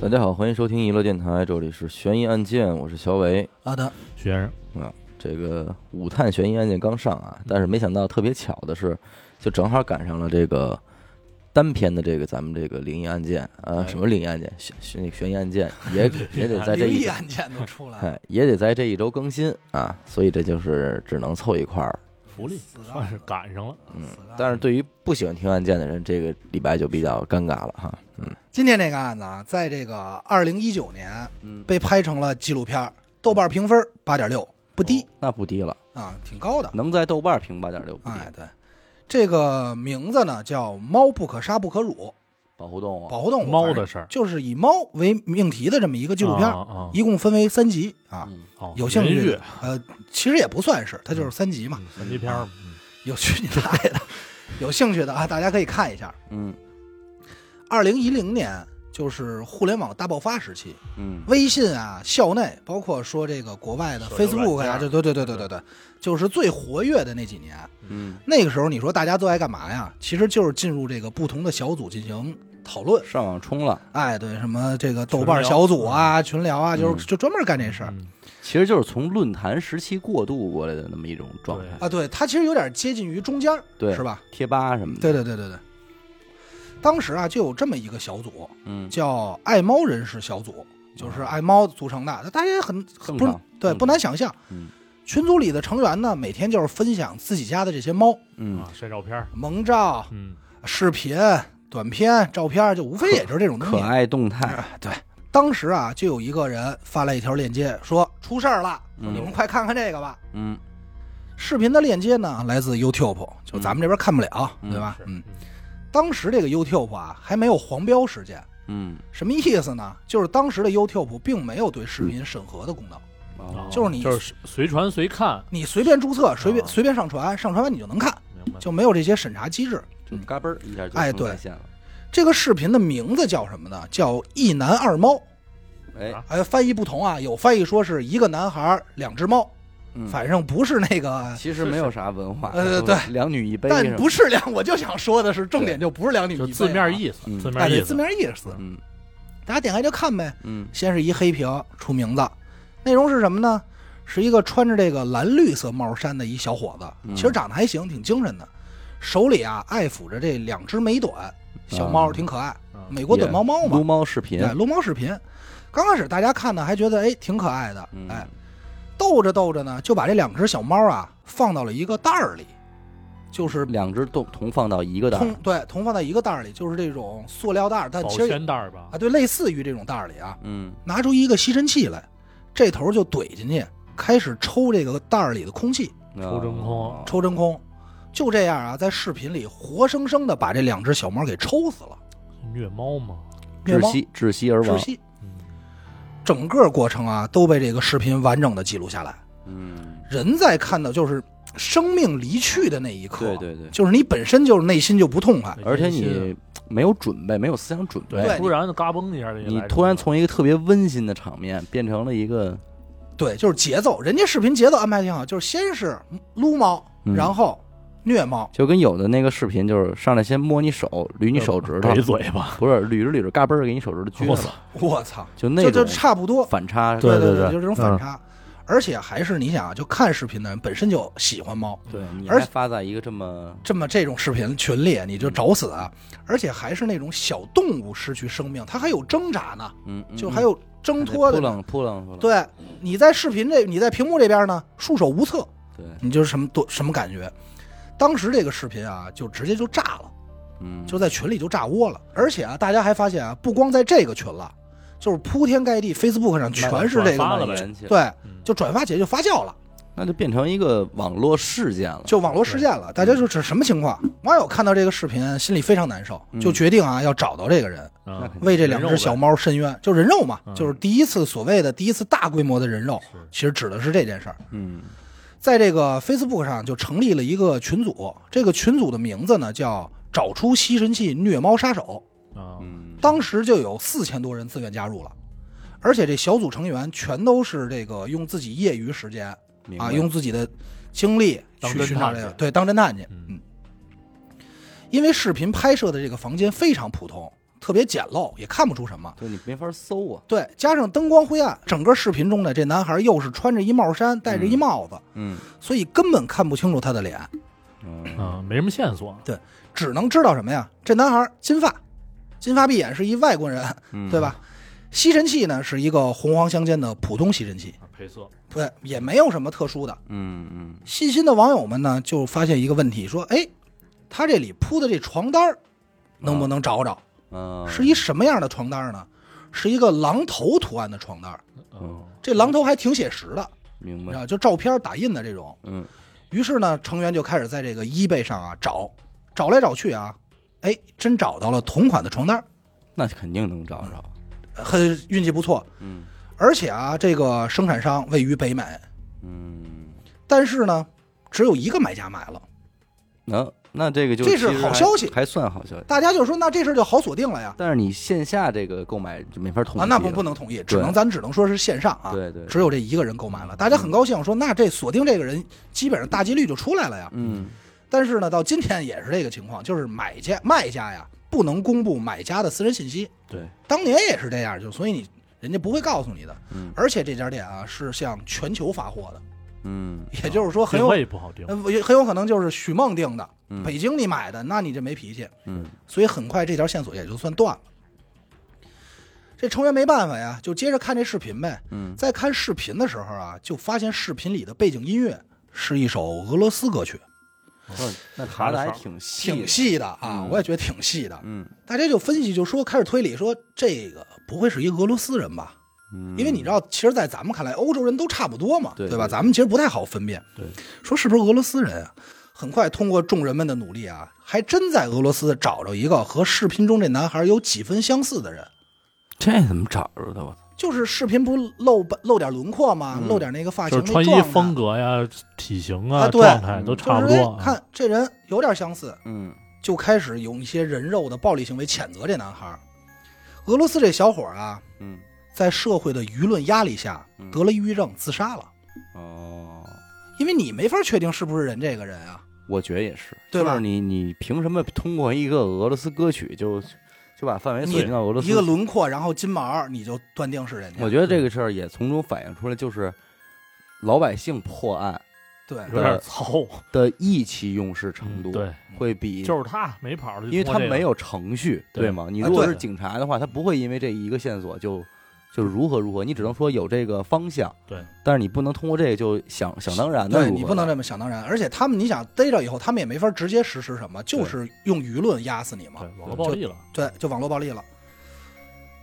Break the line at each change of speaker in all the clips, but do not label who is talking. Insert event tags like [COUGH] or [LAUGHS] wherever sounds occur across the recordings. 大家好，欢迎收听娱乐电台，这里是悬疑案件，我是小伟。
好的，
徐先生，
啊，这个武探悬疑案件刚上
嗯
啊，但是没想到特别巧的是，就正好赶上了这个单篇的这个咱们这个灵异案件啊，
哎
什么灵异案件，悬悬悬疑案件
[LAUGHS]
也也得在这
灵
一
异啊案件都出来了，
哎也得在这一周更新啊，所以这就是只能凑一块儿。
福利算是赶上了。
嗯
死了
但是对于不喜欢听案件的人，这个礼拜就比较尴尬了哈。嗯
今天这个案子啊，在这个二零一九年
嗯，
被拍成了纪录片儿，豆瓣评分八点六，不低、
哦那不低了，
啊，挺高的。
能在豆瓣评八点六不低
哎，，对，这个名字呢叫《猫不可杀不可辱
保护动》，物
保护动物
猫的事儿，
就是以猫为命题的这么一个纪录片儿，
啊，
一共分为三集啊。
哦嗯
啊
有兴趣
乐嗯
的，嗯呃，其实也不算是，它就是三集
嗯
嘛。
三级片儿嘛，
有去你大
[LAUGHS]
爷的！有兴趣的啊，大家可以看一下。
嗯
二零一零年就是互联网大爆发时期，
嗯
微信啊、校内，包括说这个国外的
社交软件
Facebook 呀、这对对对对对对，就是最活跃的那几年。
嗯，
那个时候，你说大家都爱干嘛呀？其实就是进入这个不同的小组进行讨论。
上网冲了，
哎，对，什么这个豆
群
瓣
聊
小组啊、群聊啊，就
嗯
是就专门干这事儿
嗯
其实就是从论坛时期过渡过来的那么一种状态，
啊。对，它其实有点接近于中间儿，
对
是吧？
贴吧
嗯
什么的。
对对对对对。当时啊，就有这么一个小组，
嗯，
叫爱猫人士小组，就是爱猫组成的。大家也很
正
很不
常
对，
嗯
不难想象。
嗯
群组里的成员呢，每天就是分享自己家的这些猫
嗯
啊，，晒照片儿，
萌照、
嗯，
视频、短片、照片，就无非也就是这种东
可
西。哎
爱动态，
对，当时啊，就有一个人发来一条链接，说出事儿了，
嗯
你们快看看这个吧。
嗯
视频的链接呢，来自 YouTube，就咱们这边看不了，
嗯
对吧
是？
嗯，，当时这个 YouTube 啊，还没有黄标事件。
嗯，
什么意思呢？就是当时的 YouTube 并没有对视频审核的功能，
哦
就是你
啊就是随传随看，
你随便注册，随便
啊
随便上传，上传完你就能看，
明白？
就没有这些审查机制。
就嘎嘣儿一下就
哎
冲
对
在线了，
这个视频的名字叫什么呢？叫“一男二猫
哎
啊”。
哎，翻译不同啊，有翻译说是一个男孩两只猫，
嗯，
反正不是那个，
其实没有啥文化，
呃对，
两女一杯什
但
么，
不是两，我就想说的是，重点就不是两女
就
一
字面
思，
意思
嗯，
字
哎，
面
对，
意
字
思，
面意思，
嗯
大家点开就看呗。
嗯
先是一黑屏出名字，内容是什么呢？是一个穿着这个蓝绿色帽衫的一小伙子，
嗯
其实长得还行，挺精神的，手里啊爱抚着这两只美短小猫，
啊
挺可爱。
啊
美国短毛猫
撸
嘛，哎
猫视频
对，，撸猫视频。刚开始大家看呢，还觉得哎挺可爱的，
嗯
哎，斗着斗着呢，就把这两只小猫啊放到了一个袋儿里，就是
两只动同放到一个袋儿
同，对同放在一个袋儿里，就是这种塑料袋儿，但
保
其实也
鲜袋儿吧
啊，对，类似于这种袋儿里啊，
嗯
拿出一个吸尘器来，这头就怼进去，开始抽这个袋儿里的空气，
抽真空
哦
抽真空。就这样啊，在视频里活生生的把这两只小猫给抽死了，
虐猫嘛，
虐
窒
猫
息窒息而
窒
亡，
息。
嗯，
整个过程啊都被这个视频完整的记录下来。
嗯，
人在看到就是生命离去的那一刻，啊
对对对，
就是你本身就是内心就不痛快，
而且你没有准备，没有思想准备，
啊对
对，突然嘎嘣一下就来这
你
么个，
突然从一个特别温馨的场面变成了一个，
对，就是节奏。人家视频节奏安排挺好，就是先是撸猫，
嗯
然后虐猫，
就跟有的那个视频就是上来先摸你手，捋你手指头，
怼呃嘴巴，
不是捋着捋着，嘎嘣儿给你手指头撅
我
了
操，
我操，
就那
就就
种
差不多。
反差，
对
对
对对嗯
就这种反差。而且还是你想啊，就看视频的人本身就喜欢猫，
对，你
而
还
且
发在一个这么，
这么这种视频群里你就找死啊！而且还是那种小动物失去生命，它还有挣扎呢，
嗯，嗯
就还有挣脱的
扑
呢。
棱扑棱扑棱，
对，你在视频这，你在屏幕这边呢，束手无策，
对，
你就是什么多什么感觉？当时这个视频啊，就直接就炸了，
嗯，
就在群里就炸窝了。而且啊，大家还发现啊，不光在这个群了，就是铺天盖地，Facebook 上全是这
转发
个，
了呗
人气，
对，
嗯
就转发起来就发酵了。
那就变成一个网络事件了，
就网络事件了，大家就这什么情况？网友看到这个视频，心里非常难受，
嗯
就决定啊要找到这个人，
啊
那肯定
为这两只小猫伸冤，就人肉嘛，
嗯
就是第一次所谓的第一次大规模的人肉
是，
其实指的是这件事儿。
嗯
在这个 Facebook 上就成立了一个群组，这个群组的名字呢叫“找出吸尘器虐猫杀手
啊，
嗯”，，
当时就有四千多人自愿加入了，而且这小组成员全都是这个用自己业余时间
明白
啊，用自己的经历
当
去
侦
寻找
探
这个，
去
对，当侦探去。
嗯
嗯，因为视频拍摄的这个房间非常普通，特别简陋，也看不出什么。
就你没法搜啊。
对，加上灯光灰暗，整个视频中的这男孩又是穿着一帽衫，戴着一帽子，
嗯，
所以根本看不清楚他的脸，
嗯，没什么线索，
只能知道什么呀？这男孩金发，金发碧眼，是一外国人，
嗯
对？吧？吸尘器呢是一个红黄相间的普通吸尘器，
配色
对，也没有什么特殊的。
嗯嗯
细心的网友们呢就发现一个问题，说：哎，他这里铺的这床单
啊
儿能不能找找？
嗯，
是一什么样的床单儿呢？是一个狼头图案的床单儿，
哦
嗯，
这狼头还挺写实的，
明
你知
白。
道，就照片打印的这种。
嗯
于是呢，成员就开始在这个 eBay 上啊找，找来找去啊，哎，真找到了同款的床单儿，
那肯定能找着。
很运气不错。
嗯
而且啊，这个生产商位于北美，
嗯，
但是呢，只有一个买家买了。
那那这个就
这是
其实
好
还
消息
还算好消息。
大家就说，那这事儿就好锁定了呀。
但是你线下这个购买就没法统计
啊，那不
了
不能统一，只能咱只能说是线上啊。
对对，
只有这一个人购买了，大家很高兴，说那这锁定这个人，基本上大几率就出来了呀。
嗯
但是呢，到今天也是这个情况，就是买家卖家呀不能公布买家的私人信息，
对，
当年也是这样，就所以你人家不会告诉你的。
嗯
而且这家店啊是向全球发货的，
嗯，
也就是说很
定
有
位不好定，
呃也很有可能就是许梦定的，
嗯
北京你买的，那你这没脾气。
嗯
所以很快这条线索也就算断了。这成员没办法呀，就接着看这视频呗。
嗯
在看视频的时候啊，就发现视频里的背景音乐是一首俄罗斯歌曲，
哦那查的还挺细，
挺。细的啊，
嗯
我也觉得挺细的。
嗯
大家就分析，就说开始推理说这个不会是一俄罗斯人吧？
嗯，
因为你知道，其实，在咱们看来，欧洲人都差不多嘛，
对
吧？
对对
咱们其实不太好分辨，
对，
说是不是俄罗斯人啊？很快，通过众人们的努力啊，还真在俄罗斯找着一个和视频中这男孩有几分相似的人。
这怎么找着的？我操！
就是视频不露露点轮廓吗？
嗯
露点那个发
就
型那
是穿
状态，
衣风格呀、体型
啊
啊、
对
状态都差不
就是
多啊
哎。看这人有点相似，
嗯
就开始用一些人肉的暴力行为谴责这男孩。俄罗斯这小伙儿啊，
嗯
在社会的舆论压力下
嗯
得了抑郁症，自杀了。
哦，
因为你没法确定是不是人这个人啊，
我觉得也是，
对吧
就是你你凭什么通过一个俄罗斯歌曲就就把范围锁定到俄罗斯？
一个轮廓，然后金毛儿，你就断定是人家。
我觉得这个事儿也从中反映出来，就是老百姓破案
对
有点糙，
的意气用事程度，
对，
会比
就是他没跑，
因为他没有程序，
对
对吗？你
啊
如果
对
是警察的话，他不会因为这一个线索就就如何如何，你只能说有这个方向，
对。
但是你不能通过这个就想想当然的，
对你不能这么想当然，而且他们你想逮着以后，他们也没法直接实施什么，就是用舆论压死你嘛
对。网络暴力了，
对，就网络暴力了。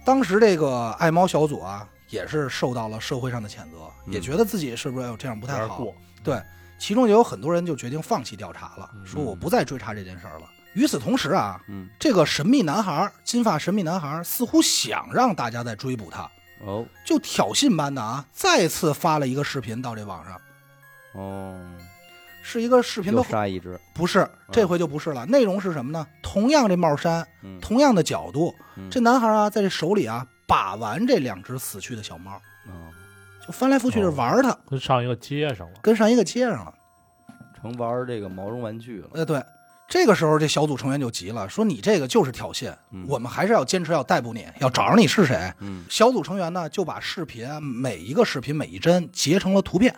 当时这个爱猫小组啊，也是受到了社会上的谴责，
嗯
也觉得自己是不是哎呦这样不
有
太
点
好。
过，
对，其中就有很多人就决定放弃调查了，
嗯
说我不再追查这件事儿了。与此同时啊，
嗯
这个神秘男孩儿，金发神秘男孩儿，似乎想让大家再追捕他，
哦
就挑衅般的啊，再次发了一个视频到这网上，
哦，
是一个视频的
又嗯杀一只，
不是，这回就不是了。内容是什么呢？同样这帽衫，
嗯
同样的角度，
嗯
这男孩啊，在这手里啊把玩这两只死去的小猫，
哦，
就翻来覆去的
哦
玩它，
跟上一个接上了，
跟上一个街上了。
成玩这个毛绒玩具了，
呃，对，这个时候这小组成员就急了，说你这个就是挑衅，
嗯
我们还是要坚持要逮捕你，要找着你是谁。
嗯
小组成员呢就把视频啊每一个视频每一帧截成了图片，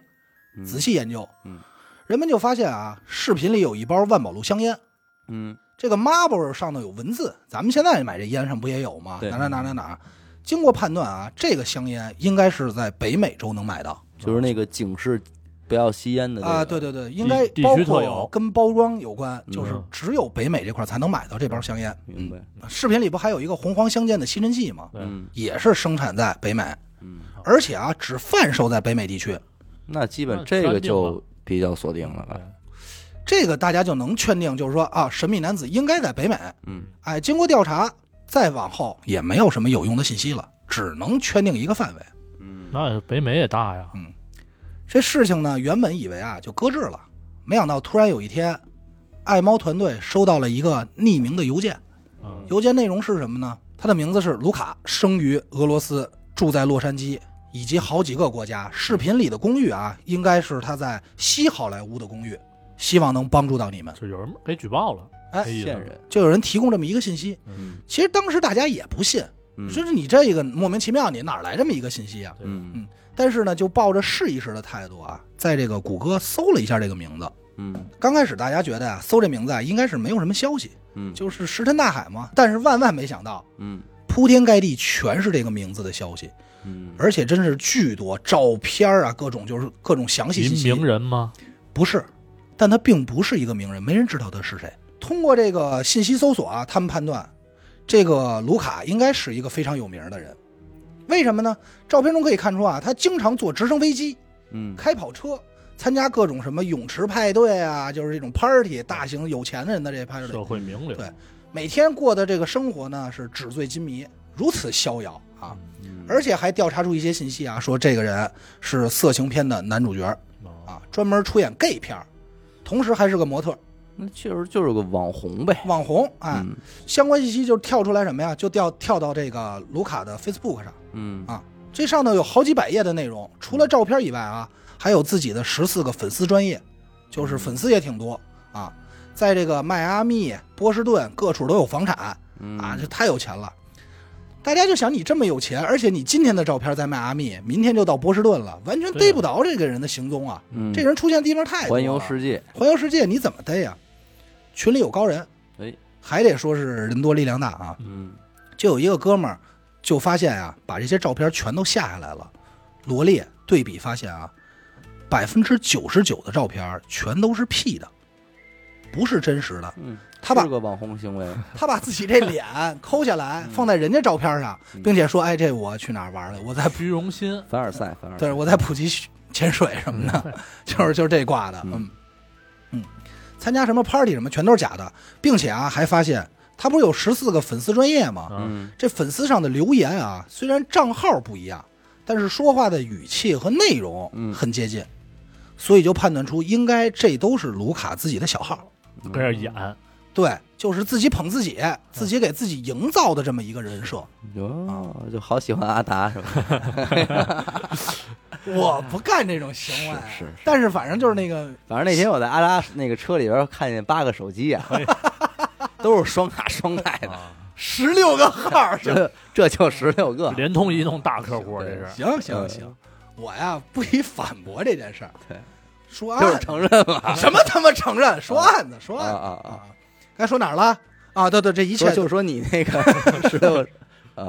嗯
仔细研究。
嗯
人们就发现啊，视频里有一包万宝路香烟。
嗯
这个 marble 上头有文字，咱们现在买这烟上不也有吗？
对
哪哪哪哪哪。经过判断啊，这个香烟应该是在北美洲能买到
就是那个警示不要吸烟的那个
啊、对对对，应该
地
包
区特
括
有
跟包装有关，
嗯
就是只有北美这块才能买到这包香烟。
明白，
视频里不还有一个红黄相间的吸尘器吗？
对，
嗯
也是生产在北美，
嗯，
而且啊只贩售在北美地区。
那基本
那
这个
全定了
就比较锁定了吧，
嗯
这个大家就能确定，就是说啊，神秘男子应该在北美。
嗯，
哎，经过调查，再往后也没有什么有用的信息了，只能圈定一个范围。
嗯
那北美也大呀，
这事情呢，原本以为啊就搁置了，没想到突然有一天，爱猫团队收到了一个匿名的邮件，
嗯，
邮件内容是什么呢？他的名字是卢卡，生于俄罗斯，住在洛杉矶以及好几个国家。视频里的公寓啊，应该是他在西好莱坞的公寓，希望能帮助到你们。
就有人给举报了，
哎，
黑衣
线
的
人，
就有人提供这么一个信息。
嗯
其实当时大家也不信，
嗯
说是你这个莫名其妙，你哪儿来这么一个信息啊？
嗯
但是呢，就抱着试一试的态度啊，在这个谷歌搜了一下这个名字。
嗯
刚开始大家觉得啊，搜这名字啊，应该是没有什么消息，
嗯，
就是石沉大海嘛。但是万万没想到，
嗯
铺天盖地全是这个名字的消息，
嗯
而且真是巨多照片啊，各种就是各种详细信
您
息。
名人吗？
不是，但他并不是一个名人，没人知道他是谁。通过这个信息搜索啊，他们判断这个卢卡应该是一个非常有名的人。为什么呢？照片中可以看出啊，他经常坐直升飞机、
嗯
开跑车，参加各种什么泳池派对啊，就是这种 party，大型有钱人的这派对
社，会名流
对每天过的这个生活呢是纸醉金迷，如此逍遥啊。
嗯
而且还调查出一些信息啊，说这个人是色情片的男主角
啊，
啊，专门出演 gay 片儿，同时还是个模特。
那确实就是个网红呗，
网红啊，
嗯
相关信息就跳出来什么呀？就跳跳到这个卢卡的 Facebook 上，
嗯
这上头有好几百页的内容，除了照片以外啊，还有自己的十四个粉丝专业，就是粉丝也挺多啊，在这个迈阿密、波士顿各处都有房产
嗯
啊，这太有钱了。大家就想你这么有钱，而且你今天的照片在迈阿密，明天就到波士顿了，完全
对啊
逮不着这个人的行踪啊！
嗯
这人出现的地方太多
环
了。
游世界，
环游世界你怎么逮呀、群里有高人，
哎，
还得说是人多力量大啊。
嗯
就有一个哥们儿就发现啊，把这些照片全都下下来了，罗列对比发现啊，百分之九十九的照片全都是 P 的，不是真实的。
嗯，
他把
是个网红行为，
[LAUGHS] 他把自己这脸抠下来
嗯
放在人家照片上
嗯，
并且说：“哎，这我去哪儿玩了？我在
虚荣心，
凡尔赛，嗯凡尔赛，
对，我在普及潜水什么的， [LAUGHS] 就是就是这挂的，嗯
嗯
嗯，参加什么 party 什么全都是假的，并且啊还发现他不是有十四个粉丝专业吗？
啊
嗯
这粉丝上的留言啊，虽然账号不一样，但是说话的语气和内容
嗯
很接近，所以就判断出应该这都是卢卡自己的小号，
跟这儿演，
嗯对，就是自己捧自己，
嗯
自己给自己营造的这么一个人设。啊
哟，嗯哦就好喜欢阿达是吧？
我不干这种行为，
是是是
但是反正就是那个
反正那天我在阿达那个车里边看见八个手机呀、 [LAUGHS] 都是双卡双待的，
哎啊
十六个号儿是吧。
这这就十六个，
联通、移动大客户这是，
行行行，嗯我呀不以反驳这件事儿，
对，
说
就是
案子
承认了
啊 [LAUGHS] 什么他妈承认，说案子说
啊
案子
啊啊！
啊，该说哪儿了啊？对对，这一
说
切
就
都，
说你那个十六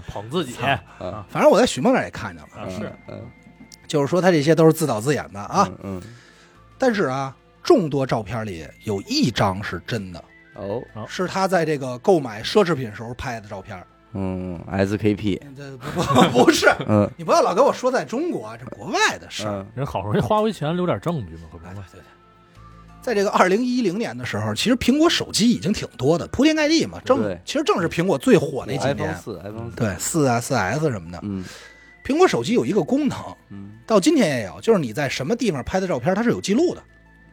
捧自己
啊
反正我在许梦那儿也看见了，
啊是，
嗯
就是说他这些都是自导自演的啊。，
嗯
但是啊，众多照片里有一张是真的，
嗯哦
哦
是他在这个购买奢侈品时候拍的照片。
嗯 SKP
这
[LAUGHS]
不不不是，
嗯
你不要老跟我说在中国啊，这国外的事儿。
嗯
人好不容易花回钱，留点证据嘛，可不
哎
嘛。
对对在这个二零一零年的时候，其实苹果手机已经挺多的，铺天盖地嘛，正
对
其实正是苹果最火那几
，iPhone
年，
四 iPhone 四，
对四啊四 S 什么的。
嗯
苹果手机有一个功能，
嗯
到今天也有，就是你在什么地方拍的照片，它是有记录的，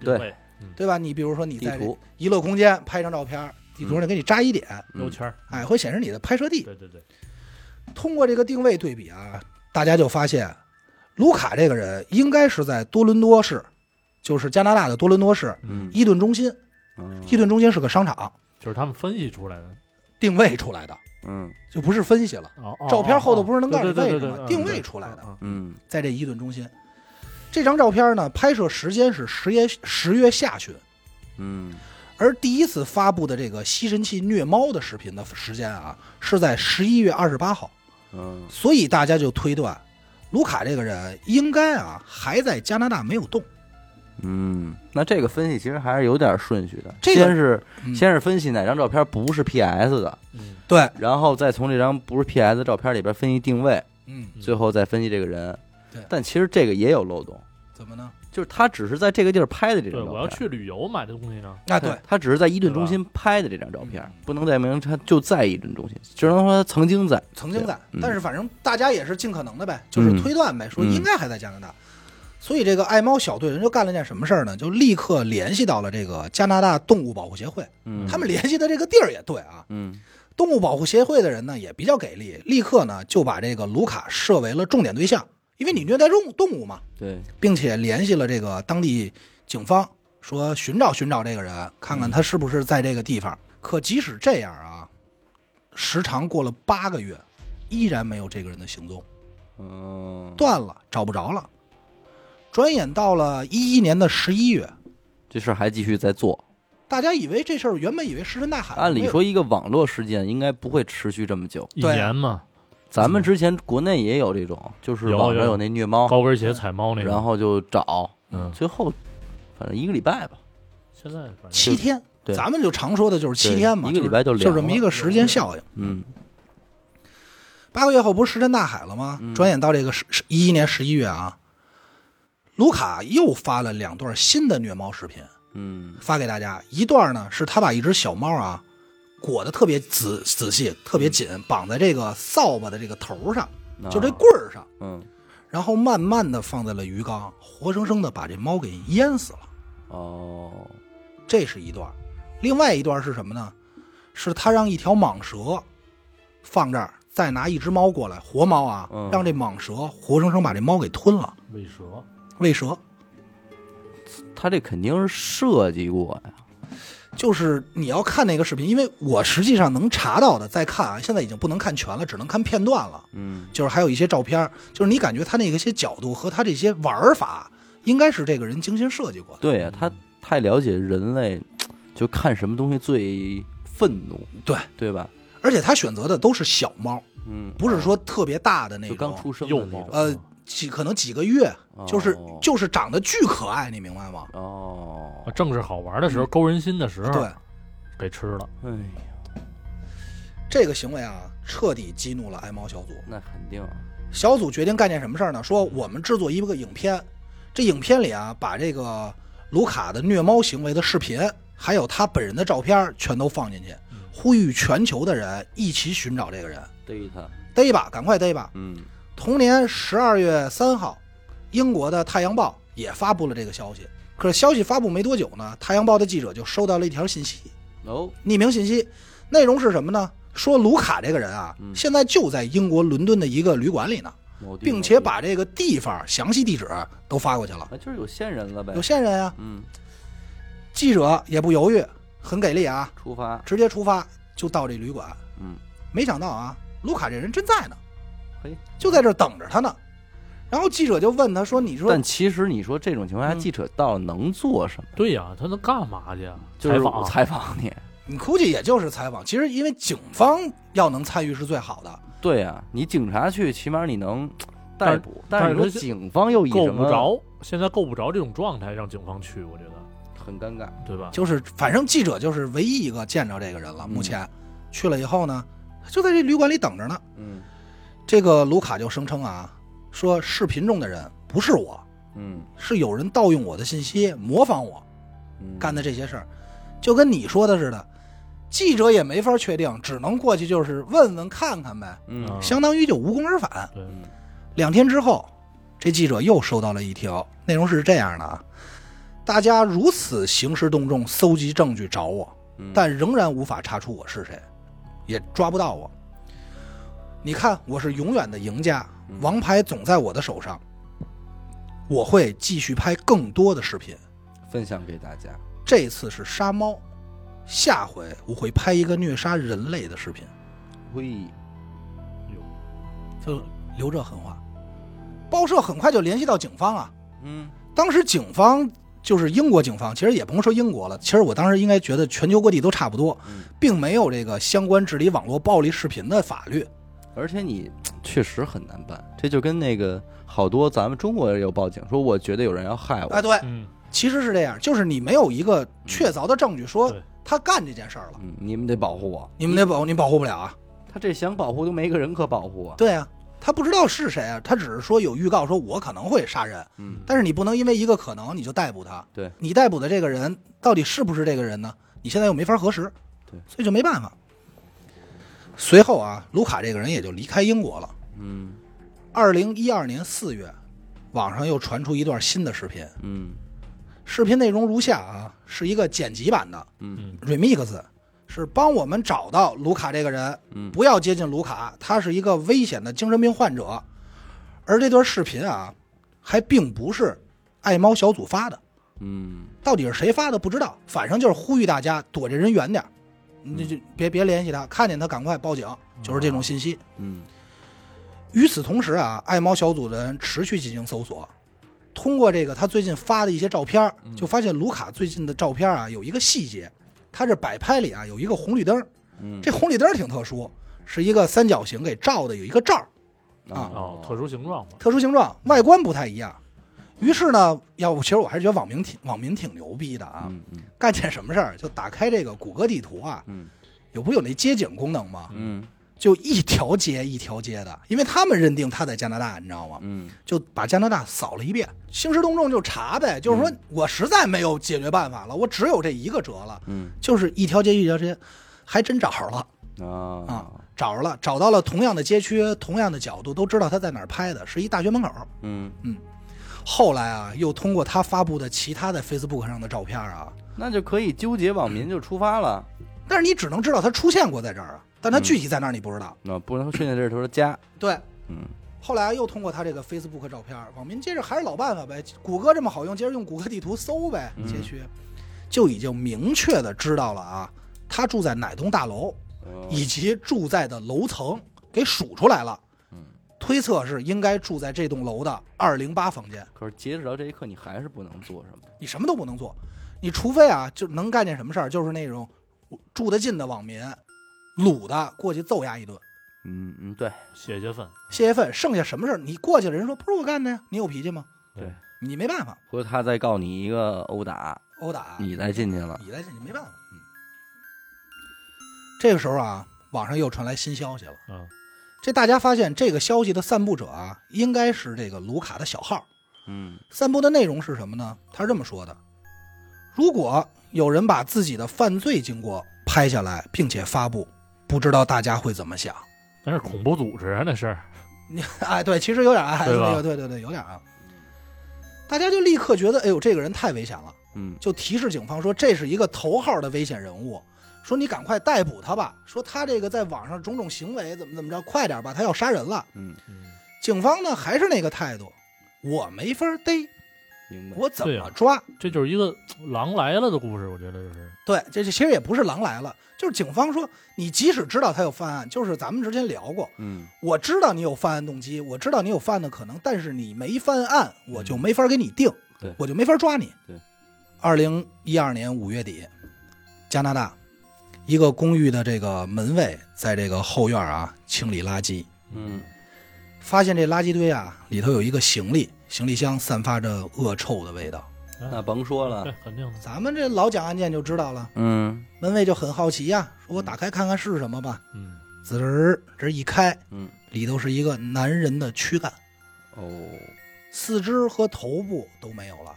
对，
嗯，
哎对吧？你比如说你在
地图
娱乐空间拍一张照片，地图上给你扎一点，
标签儿，
哎，会显示你的拍摄地。
对对对，
通过这个定位对比啊，大家就发现，卢卡这个人应该是在多伦多市，就是加拿大的多伦多市
嗯
伊顿中心。
嗯
伊顿中心是个商场，
就是他们分析出来的。
定位出来的，
嗯
就不是分析了。
哦哦
照片后头
哦
不是能告诉你
对对
位置
对
吗
对对
定位
对
出来的
嗯嗯
嗯
在这伊顿中心，这张照片呢，拍摄时间是十月十月下旬。
嗯
而第一次发布的这个吸尘器虐猫的视频的时间啊，是在十一月二十八号，
嗯
所以大家就推断，卢卡这个人应该啊还在加拿大没有动。
嗯，那这个分析其实还是有点顺序的，
这个
先是
嗯
先是分析哪张照片不是 PS 的，
嗯
对，
然后再从这张不是 PS 的照片里边分析定位，
嗯，
嗯
最后再分析这个人
对。
但其实这个也有漏洞，
怎么呢？
就是他只是在这个地儿拍的这
对，
张照片。
我要去旅游买的东西呢，
啊，对，嗯
他只是在伊顿中心拍的这张照片，不能再明他就在伊顿中心，只能说他曾经在。
曾经在，
嗯
但是反正大家也是尽可能的呗，就是推断呗，说应该还在加拿大。所以这个爱猫小队人就干了件什么事儿呢？就立刻联系到了这个加拿大动物保护协会，
嗯，
他们联系的这个地儿也对啊。
嗯
动物保护协会的人呢也比较给力，立刻呢就把这个卢卡设为了重点对象，因为你虐待动动物嘛，
对，
并且联系了这
嗯
个当地警方，说寻找寻找这个人，看看他是不是在这个地方。可即使这样啊，时长过了八个月，依然没有这个人的行踪，
嗯，
断了，找不着了。转眼到了一一年的十一月，
这事儿还继续在做。
大家以为这事儿原本以为石沉大海，
按理
没有
说，一个网络事件应该不会持续这么久。
一
对啊
年嘛，
咱们之前国内也有这种，就是
有
网上
有
有那虐猫，
高跟鞋踩猫那个。
哦然，后就找，
嗯，
最后反正一个礼拜吧，
现在反正
七天，
对
咱们就常说的就是七
对
天嘛，
一个礼拜
就
就是凉
这么
了
一个时间效应。
嗯，
八个月后不是石沉大海了吗？转眼到这个十十一一年十一月啊，卢卡又发了两段新的虐猫视频
嗯，
发给大家。一段呢是他把一只小猫啊裹得特别仔仔细、特别紧，绑在这个扫把的这个头上，
啊
就这，棍儿上，
嗯，
然后慢慢的放在了鱼缸，活生生的把这猫给淹死了。
哦，
这是一段儿。另外一段是什么呢？是他让一条蟒蛇放这儿，再拿一只猫过来，活猫啊
嗯，
让这蟒蛇活生生把这猫给吞了，
喂蛇，
喂蛇。
他这肯定是设计过呀，
就是你要看那个视频，因为我实际上能查到的，再看啊，现在已经不能看全了，只能看片段了。
嗯，
就是还有一些照片儿，就是你感觉他那个些角度和他这些玩儿法，应该是这个人精心设计过的。
对
嗯
呀，他太了解人类，就看什么东西最愤怒，
对，
对吧？
而且他选择的都是小猫，
嗯，
不是说特别大的那
就
种，
刚出生
幼
的那
猫，
种，
呃，几可能几个月，就是
哦
就是长得巨可爱，你明白吗？
哦
啊，正是好玩的
嗯
时候，勾人心的时候，
对，
给吃了。
哎呀，
这个行为啊，彻底激怒了爱猫小组。
那肯定啊，
小组决定干件什么事儿呢？说我们制作一个影片，这影片里啊，把这个卢卡的虐猫行为的视频，还有他本人的照片儿全都放进去，呼吁全球的人一起寻找这个人，
逮他，
逮吧，赶快逮吧！
嗯，
同年十二月三号，英国的《太阳报》也发布了这个消息。可是消息发布没多久呢，《太阳报》的记者就收到了一条信息，
哦，
匿名信息，内容是什么呢？说卢卡这个人啊，
嗯
现在就在英国伦敦的一个旅馆里呢，
某地
并且把这个地方详细地址都发过去了
某。地啊，就是有线人了呗
有，线人啊，
嗯，
记者也不犹豫，很给力啊，
出发，
直接出发就到这旅馆。
嗯，
没想到啊，卢卡这人真在呢，
嘿，
就在这儿等着他呢。然后记者就问他说：“你说
但其实你说这种情况下，
嗯
记者到了能做什么？
对呀，他能干嘛去啊？
就是
采
我
访，
采访你，
你估计也就是采访，其实因为警方要能参与是最好的。
对呀、你警察去，起码你能逮捕，
但
但是你
是
说
他就
警方又以
够
什
不
么
着，现在够不着这种状态让警方去，我觉得，
很尴尬，
对吧？
就是反正记者就是唯一一个见着这个人了。
嗯
目前、去了以后呢，就在这旅馆里等着呢。
嗯
这个卢卡就声称啊，说视频中的人不是我，
嗯
是有人盗用我的信息，模仿我
嗯，
干的这些事儿，就跟你说的似的。记者也没法确定，只能过去就是问问看看呗，
嗯
啊
相当于就无功而返。
对，
嗯
两天之后，这记者又收到了一条，内容是这样的啊：大家如此兴师动众搜集证据找我，
嗯
但仍然无法查出我是谁，也抓不到我。你看，我是永远的赢家，
嗯
王牌总在我的手上。我会继续拍更多的视频，
分享给大家，
这次是杀猫，下回我会拍一个虐杀人类的视频。
嘿，
有
就留这狠话。报社很快就联系到警方啊，
嗯
当时警方就是英国警方，其实也甭说英国了，其实我当时应该觉得全球各地都差不多，
嗯，
并没有这个相关治理网络暴力视频的法律。
啊而且你确实很难办，这就跟那个好多咱们中国人有报警说，我觉得有人要害我，
哎，对，
嗯，
其实是这样，就是你没有一个确凿的证据说
对
他干这件事儿了，
嗯，你们得保护我，
你们得保，你保护不了啊。
他这想保护都没一个人可保护啊，
对啊，他不知道是谁啊，他只是说有预告说我可能会杀人，
嗯
但是你不能因为一个可能你就逮捕他。
对，
你逮捕的这个人到底是不是这个人呢？你现在又没法核实，
对，
所以就没办法。随后啊，卢卡这个人也就离开英国了。
嗯
二零一二年四月，网上又传出一段新的视频，
嗯
视频内容如下啊，是一个剪辑版的
嗯
remix，是帮我们找到卢卡这个人，
嗯
不要接近卢卡，他是一个危险的精神病患者。而这段视频啊，还并不是爱猫小组发的，
嗯
到底是谁发的不知道，反正就是呼吁大家躲这人远点儿你就别别联系他，看见他赶快报警，就是这种信息。
嗯
与此同时啊，爱猫小组的人持续进行搜索，通过这个他最近发的一些照片儿，
嗯
就发现卢卡最近的照片啊有一个细节，他这摆拍里啊有一个红绿灯儿，
嗯，
这红绿灯儿挺特殊，是一个三角形给罩的，有一个罩儿，
嗯
啊
哦，特殊形状嘛，
特殊形状，外观不太一样。于是呢，要不其实我还是觉得网民挺网民挺牛逼的啊，
嗯嗯
干件什么事儿就打开这个谷歌地图啊，
嗯
有不有那街景功能吗？
嗯
就一条街一条街的，因为他们认定他在加拿大，你知道吗？
嗯
就把加拿大扫了一遍，兴师动众就查
嗯
呗。就是说我实在没有解决办法了，我只有这一个辙了，
嗯
就是一条街一条街，还真找着了，
嗯啊
找着了，找到了同样的街区、同样的角度，都知道他在哪儿拍的，是一大学门口。
嗯，
后来啊，又通过他发布的其他在 Facebook 上的照片啊，
那就可以纠结网民就出发了。
但是你只能知道他出现过在这儿啊，但他
嗯
具体在哪儿你不知道。
那不能顺着这头的加，
对，
嗯
后来又通过他这个 Facebook 照片，网民接着还是老办法呗，谷歌这么好用，接着用谷歌地图搜呗，
嗯
街区、就已经明确的知道了啊，他住在哪栋大楼，
哦
以及住在的楼层给数出来了，
嗯，
推测是应该住在这栋楼的二零八房间。
可是截止到这一刻，你还是不能做什么。
你什么都不能做，你除非啊，就能干件什么事儿，就是那种住得近的网民，鲁的过去揍他一顿，
嗯嗯，对，
泄泄愤。
泄泄愤。剩下什么事儿，你过去了，人说不是我干的呀，你有脾气吗？
对，
你没办法，
回头他再告你一个殴打，
殴打
你再进去了。
你来这你没办法。嗯，这个时候啊，网上又传来新消息了。
嗯，
这大家发现这个消息的散布者啊，应该是这个卢卡的小号。
嗯
散布的内容是什么呢？他是这么说的：如果有人把自己的犯罪经过拍下来，并且发布，不知道大家会怎么想。
那是恐怖组织啊，那是。
哎，对，其实有点哎，
对吧
那个对对对，有点啊。大家就立刻觉得，哎呦，这个人太危险了，
嗯
就提示警方说这是一个头号的危险人物，说你赶快逮捕他吧，说他这个在网上种种行为怎么怎么着，快点吧，他要杀人了。
嗯，
嗯，
警方呢还是那个态度，我没法逮，
明白。
我怎
对
么
啊
抓？
这就是一个狼来了的故事，我觉得就是。
对，这这其实也不是狼来了，就是警方说你即使知道他有犯案，就是咱们之前聊过，
嗯
我知道你有犯案动机，我知道你有犯案的可能，但是你没犯案，我就没法给你定，
对
我就没法抓你。
对，
二零一二年五月底，加拿大一个公寓的这个门卫在这个后院啊清理垃圾，
嗯
发现这垃圾堆啊里头有一个行李，行李箱散发着恶臭的味道。
那甭说了
对，。嗯哎肯定的。
咱们这老讲案件就知道了，
嗯
门卫就很好奇呀、说我打开看看是什么吧。
嗯，
滋儿，这一开，
嗯
里头是一个男人的躯干，
哦，
四肢和头部都没有了，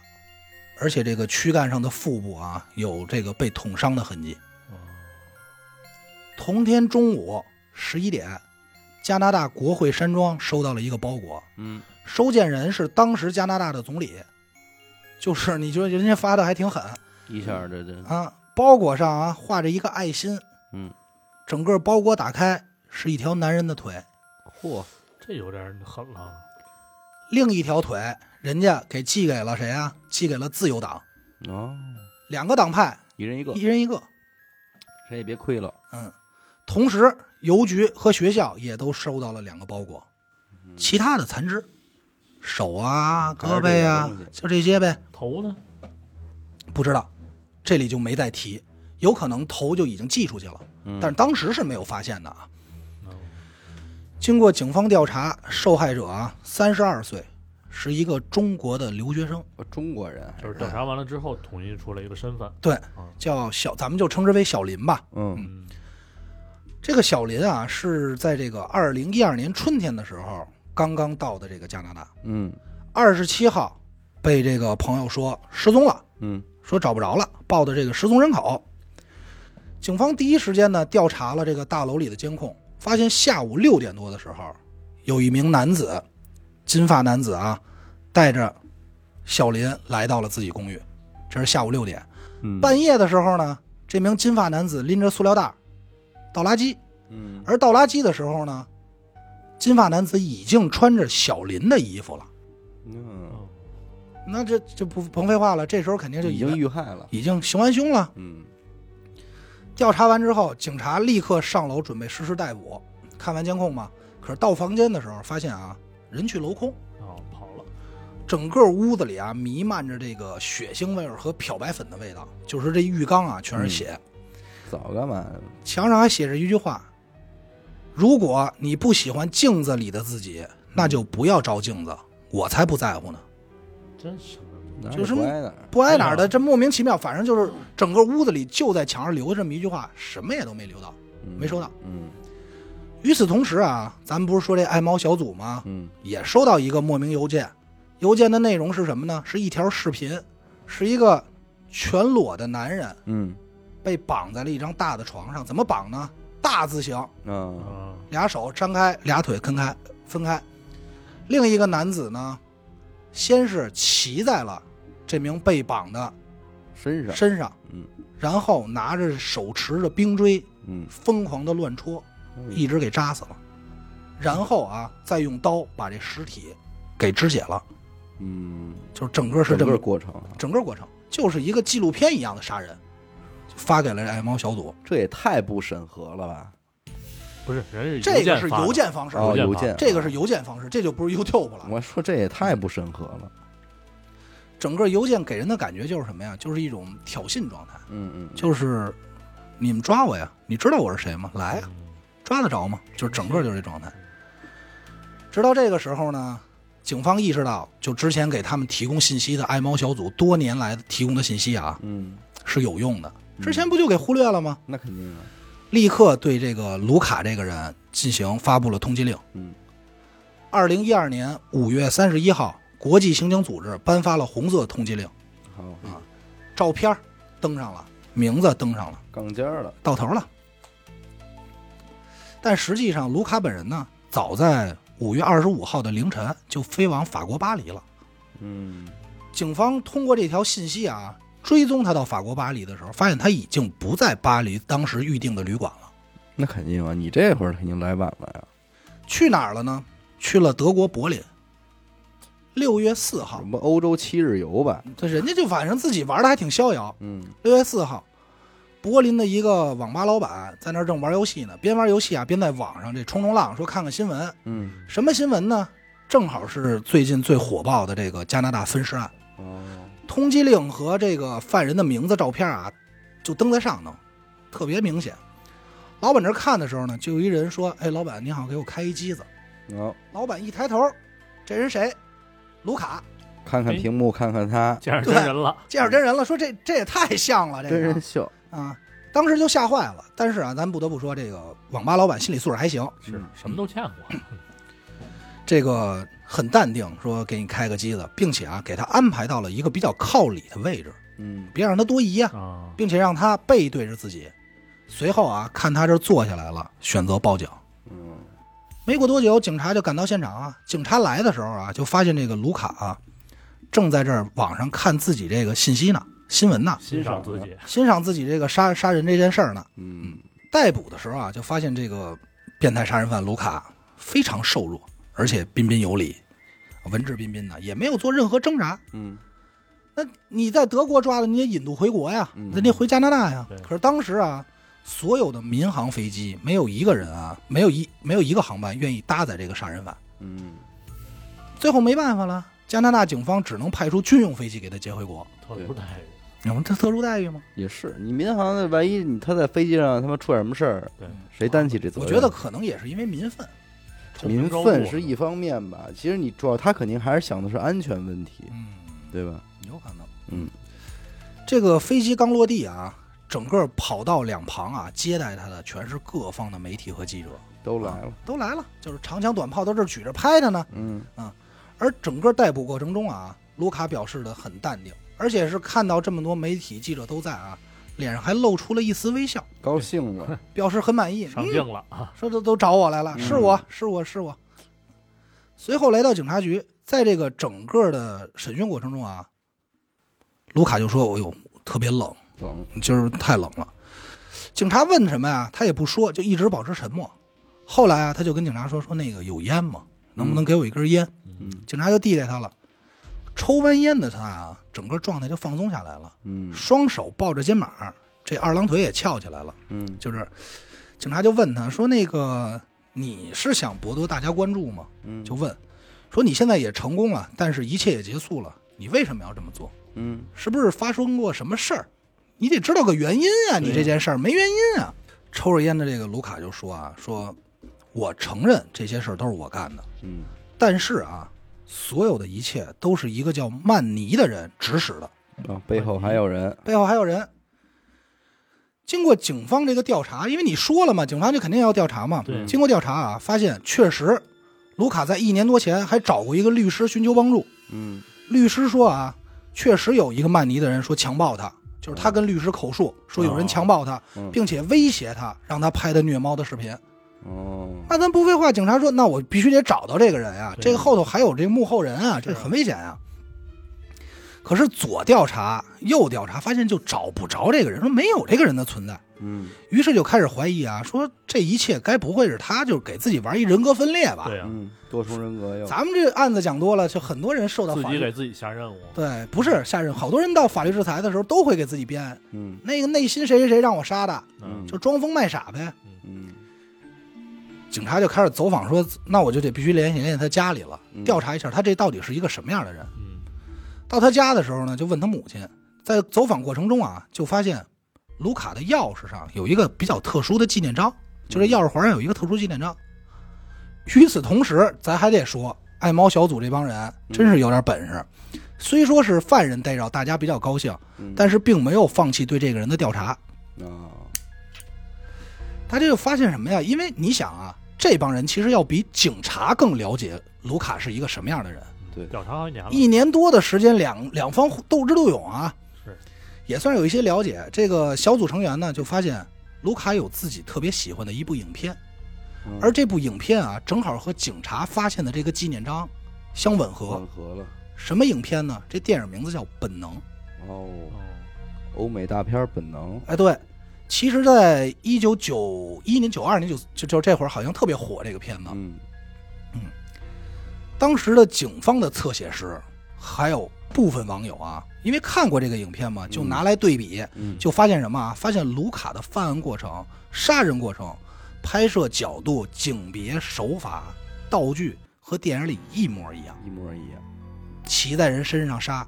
而且这个躯干上的腹部啊，有这个被捅伤的痕迹。
哦
同天中午十一点，加拿大国会山庄收到了一个包裹，
嗯
收件人是当时加拿大的总理，就是你觉得人家发的还挺狠
一下这这
啊，包裹上啊画着一个爱心，
嗯，
整个包裹打开是一条男人的腿，
嚯，
这有点狠了。
另一条腿，人家给寄给了谁啊？寄给了自由党，
哦，
两个党派，
一人一个
一，人一个。
谁也别亏了。
嗯，同时邮局和学校也都收到了两个包裹，
嗯
其他的残肢，手啊、胳膊
还
呀、
是这些东西
就这些呗，
头呢？
不知道，这里就没再提，有可能头就已经寄出去了，
嗯
但是当时是没有发现的啊。
嗯
经过警方调查，受害者啊，三十二岁，是一个中国的留学生，
哦中国人还
就是是调查完了之后统一出来一个身份。
对
嗯，
叫小，咱们就称之为小林吧。
嗯
嗯
这个小林啊，是在这个二零一二年春天的时候刚刚到的这个加拿大，
嗯
二十七号被这个朋友说失踪了，
嗯
说找不着了，报的这个失踪人口。警方第一时间呢调查了这个大楼里的监控，发现下午六点多的时候，有一名男子，金发男子啊，带着小林来到了自己公寓，这是下午六点。
嗯，
半夜的时候呢，这名金发男子拎着塑料袋儿倒垃圾，
嗯
而倒垃圾的时候呢，金发男子已经穿着小林的衣服了。
嗯，
嗯，
那这就不甭废话了，这时候肯定就
已
已
经
经
遇害了。
已经行完凶了。
嗯
调查完之后，警察立刻上楼准备实施逮捕。看完监控嘛，可是到房间的时候发现啊，人去楼空，
哦，跑了，
整个屋子里啊弥漫着这个血腥味儿和漂白粉的味道，就是这浴缸啊全是血。
早干嘛？
墙上还写着一句话：“如果你不喜欢镜子里的自己，那就不要照镜子，我才不在乎呢。
真什么？
哪
就
有
是
不挨哪儿？”
不挨哪儿的，这莫名其妙，反正就是整个屋子里就在墙上留着这么一句话，什么也都没留到，
嗯
没收到。
嗯
与此同时啊，咱们不是说这爱猫小组吗？
嗯
也收到一个莫名邮件，邮件的内容是什么呢？是一条视频，是一个全裸的男人
嗯
被绑在了一张大的床上，怎么绑呢？大字形，嗯
啊
啊，
俩手张开，俩腿分开，分开。另一个男子呢，先是骑在了这名被绑的
身上
身上，
嗯，
然后拿着手持着冰锥，
嗯
疯狂的乱戳，一直给扎死了。然后啊，再用刀把这尸体给肢解了，
嗯，
就是整个是这
整
么
个过程啊，
整个过程，就是一个纪录片一样的杀人，就发给了爱猫小组。
这也太不审核了吧？
不是，人家
这个是
发的
邮，件方式，
哦，
邮件
邮
吧
件，
这个是邮件方式，这就不是 YouTube 了。
我说这也太不审核了。
整个邮件给人的感觉就是什么呀？就是一种挑衅状态，
嗯嗯，
就是你们抓我呀，你知道我是谁吗？来呀，
嗯
抓得着吗？就是整个就是这状态。
嗯
直到这个时候呢，警方意识到，就之前给他们提供信息的爱猫小组多年来提供的信息啊
嗯，
是有用的，
嗯
之前不就给忽略了吗？
那肯定啊。
立刻对这个卢卡这个人进行发布了通缉令。
嗯，
二零一二年五月三十一号，国际刑警组织颁发了红色通缉令，
好
啊照片儿登上了，名字登上了，
杠尖儿了。
到头了。但实际上，卢卡本人呢，早在五月二十五号的凌晨就飞往法国巴黎了。
嗯
警方通过这条信息啊，追踪他到法国巴黎的时候，发现他已经不在巴黎当时预定的旅馆了。，
那肯定啊，你这会儿肯定来晚了呀。
去哪儿了呢？去了德国柏林。六月四号
什，么欧洲七日游吧？
这人家就反正自己玩的还挺逍遥。
嗯
六月四号，柏林的一个网吧老板在那儿正玩游戏呢，边玩游戏啊边在网上这冲冲浪，说看看新闻。
嗯
什么新闻呢？正好是最近最火爆的这个加拿大分尸案，
哦，
通缉令和这个犯人的名字、照片啊，就登在上头，特别明显。老板这儿看的时候呢，就有一人说：“哎，老板您好，给我开一机子。”
哦好，
老板一抬头，这人谁？卢卡，
看看屏幕，看看他
见着真人了，
见着真人了，说这这也太像了，这
真人
个
秀
啊，当时就吓坏了。但是啊，咱不得不说，这个网吧老板心理素质还行，
是
嗯
什么都见过，
这个很淡定，说给你开个机子，并且啊，给他安排到了一个比较靠里的位置，
嗯
别让他多疑呀、
啊，
并且让他背对着自己。随后啊，看他这儿坐下来了，选择报警。
嗯
没过多久，警察就赶到现场啊。警察来的时候啊，就发现这个卢卡啊，正在这儿网上看自己这个信息呢，新闻呢，
欣赏自己，
[LAUGHS] 欣赏自己这个杀杀人这件事儿呢。
嗯
逮捕的时候啊，就发现这个变态杀人犯卢卡非常瘦弱，而且彬彬有礼，文质彬彬的，也没有做任何挣扎。
嗯
那你在德国抓的，你也引渡回国呀，
嗯
人家回加拿大呀
对。
可是当时啊，所有的民航飞机没有一个人啊，没有一没有一个航班愿意搭载这个杀人犯。
嗯，
最后没办法了，加拿大警方只能派出军用飞机给他接回国。
特殊待遇，
你们这特殊待遇吗？
也是。你民航的，万一你他在飞机上他妈出点什么事儿，
对，
谁担起这责
我
任？
觉得可能也是因为民愤。
臭名
民
昭
愤
著
是一方面吧，其实你主要他肯定还是想的是安全问题，
嗯，
对吧？
有可能。
嗯，
这个飞机刚落地啊，整个跑道两旁啊，接待他的全是各方的媒体和记者，
都来了，
都来了，就是长枪短炮都这举着拍他呢。
嗯
而整个逮捕过程中啊，卢卡表示的很淡定，而且是看到这么多媒体记者都在啊，脸上还露出了一丝微笑，
高兴了，
表示很满意。嗯
上镜了啊，
说都都找我来了，
嗯
是我是我是我。随后来到警察局，在这个整个的审讯过程中啊，卢卡就说：“哎呦，特别冷，
懂？
今儿太冷了。”警察问什么呀，他也不说，就一直保持沉默。后来啊，他就跟警察说：“说那个有烟吗？能不能给我一根烟？”
嗯
警察就递给他了。抽完烟的他啊，整个状态就放松下来了，
嗯
双手抱着肩膀，这二郎腿也翘起来了。
嗯
就是警察就问他说：“那个你是想博得大家关注吗？”
嗯
就问说：“你现在也成功了，但是一切也结束了，你为什么要这么做？
嗯
是不是发生过什么事儿？你得知道个原因啊！你这件事儿没原因啊！”抽着烟的这个卢卡就说：“啊，说我承认这些事儿都是我干的，
嗯
但是啊，所有的一切都是一个叫曼尼的人指使的。”
啊，背后还有人，
背后还有人。经过警方这个调查，因为你说了嘛，警方就肯定要调查嘛。
对
经过调查啊，发现确实，卢卡在一年多前还找过一个律师寻求帮助。
嗯
律师说啊，确实有一个曼尼的人说强暴他，就是他跟律师口述说有人强暴
哦
他，
嗯
并且威胁他，让他拍的虐猫的视频。
哦，
那咱不废话，警察说，那我必须得找到这个人啊，
对
这个后头还有这幕后人啊，这
是啊
很危险啊。可是左调查右调查，发现就找不着这个人，说没有这个人的存在，
嗯
于是就开始怀疑啊，说这一切该不会是他就是给自己玩一人格分裂吧？
对啊呀，
嗯，多重人格又
咱们这案子讲多了，就很多人受到
自
法
己
律
给自己下任务，
对，不是吓人，好多人到法律制裁的时候都会给自己编
嗯
那个内心谁谁谁让我杀的，
嗯
嗯，
就装疯卖傻呗。
嗯
警察就开始走访说，那我就得必须联系联系他家里了，
嗯
调查一下他这到底是一个什么样的人。
嗯，
到他家的时候呢，就问他母亲，在走访过程中啊，就发现卢卡的钥匙上有一个比较特殊的纪念章，就这钥匙环上有一个特殊纪念章。与此同时，咱还得说，爱猫小组这帮人真是有点本事。虽说是犯人逮着，大家比较高兴，
嗯
但是并没有放弃对这个人的调查。
啊
大家就发现什么呀？因为你想啊，这帮人其实要比警察更了解卢卡是一个什么样的人。
对
调查好几年了，
一年多的时间，两两方互斗智斗勇啊，
是
也算是有一些了解。这个小组成员呢，就发现卢卡有自己特别喜欢的一部影片，
嗯
而这部影片啊，正好和警察发现的这个纪念章相吻合
混。
嗯
合了
什么影片呢？这电影名字叫《本能》。
嗯
哦，
哦，
欧美大片本能
哎，对，其实，在一九九一年、九二年、九就就这会儿，好像特别火这个片子。
嗯
当时的警方的侧写师，还有部分网友啊，因为看过这个影片嘛，就拿来对比，
嗯
就发现什么啊？发现卢卡的犯案过程、杀人过程、拍摄角度、景别、手法、道具和电影里一模一样，
一模一样，
骑在人身上杀。